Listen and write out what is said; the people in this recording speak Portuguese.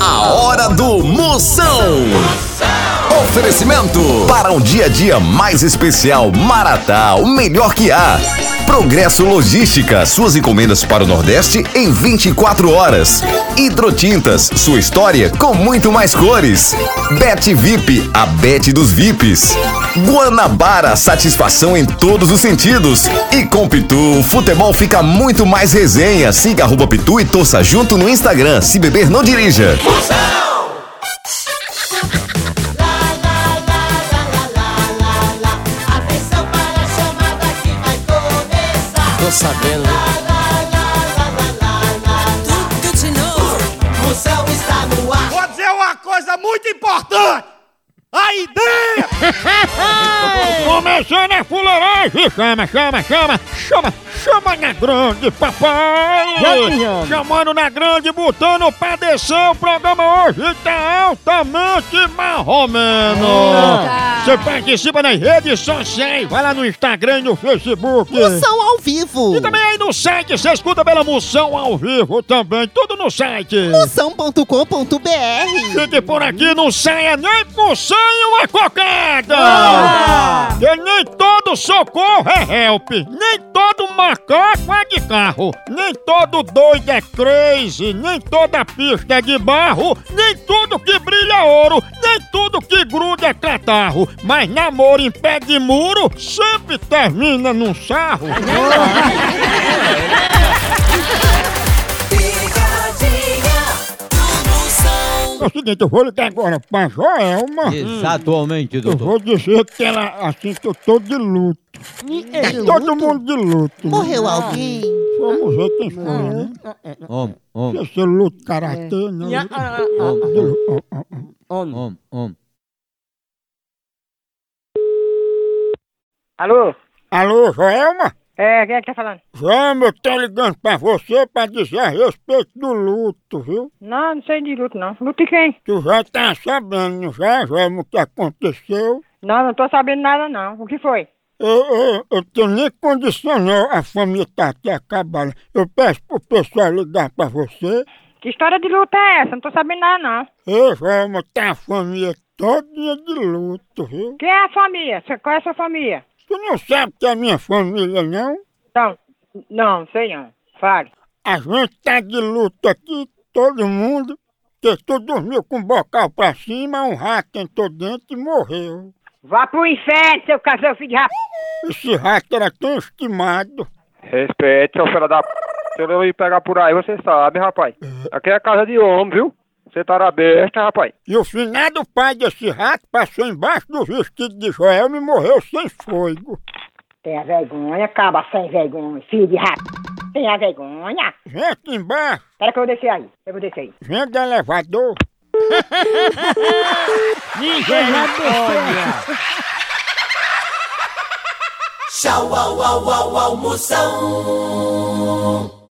A hora do Moção. Oferecimento para um dia a dia mais especial. Maratá, o melhor que há. Progresso Logística, suas encomendas para o Nordeste em 24 horas. Hidrotintas, sua história com muito mais cores. Bet VIP, a Bet dos VIPs. Guanabara, satisfação em todos os sentidos. E com Pitu, o futebol fica muito mais resenha. Siga arroba Pitu e torça junto no Instagram. Se beber, não dirija. Atenção para a chamada que vai começar. Tô sabendo, né? Tudo de novo. Moção está no ar. Vou dizer uma coisa muito importante. A ideia! Começando a fuleiragem, chama, chama, chama, chama, chama na grande, papai! Chamando na grande, botando pra descer, o programa hoje tá altamente marromeno! Você participa nas redes sociais, vai lá no Instagram e no Facebook. Moção ao vivo. E também aí no site, você escuta pela moção ao vivo também, tudo no site. Moção.com.br. Fique por aqui, não saia nem com sangue uma cocada! E nem todo socorro é help, nem todo macaco é de carro, nem todo doido é crazy, nem toda pista é de barro, nem tudo que brilha é ouro, nem tudo que gruda é catarro, mas namoro em pé de muro sempre termina num sarro. Picadinha do Moção. É o seguinte, eu vou ligar agora pra Joelma. Exatamente, Eu doutor. vou dizer que ela, assim, que eu tô de luto. Tá todo mundo de luto. Morreu alguém? Vamos ver quem foi, né? Homem, homem, Esse luto né? karatê, não. homem, homem, homem. Alô? Alô, Joelma? É, quem é que tá falando? Joelma, eu tô ligando pra você pra dizer a respeito do luto, viu? Não, não sei de luto, não. Luto de quem? Tu já tá sabendo, não já, Joelma, o que aconteceu? Não, não tô sabendo nada, não. O que foi? Eu, eu, eu tô nem condicional, a família tá aqui acabada. Eu peço pro pessoal ligar pra você. Que história de luto é essa? Não tô sabendo nada, não. Ei, Joelma, tá a família toda de luto, viu? Quem é a família? Cê- Qual é a sua família? Tu não sabe que é a minha família, não? Então, não, não sei não. Fale. A gente tá de luto aqui, todo mundo. Porque tu dormiu com o bocal pra cima, um rato entrou dentro e morreu. Vá pro inferno, seu casal filho de rap... Esse rato era tão estimado. Respeite, seu filho da p. Se eu lhe pegar por aí, você sabe, rapaz. Aqui é casa de homem, viu? Você tá na besta, rapaz. E o finado pai desse rato passou embaixo do vestido de Joel e morreu sem fôlego. Tenha vergonha, caba sem vergonha, filho de rap... Tenha vergonha. Vem aqui embaixo, Espera que eu vou descer aí. Eu vou descer aí. vem do elevador. Tchau, au, au, au, au, Moção.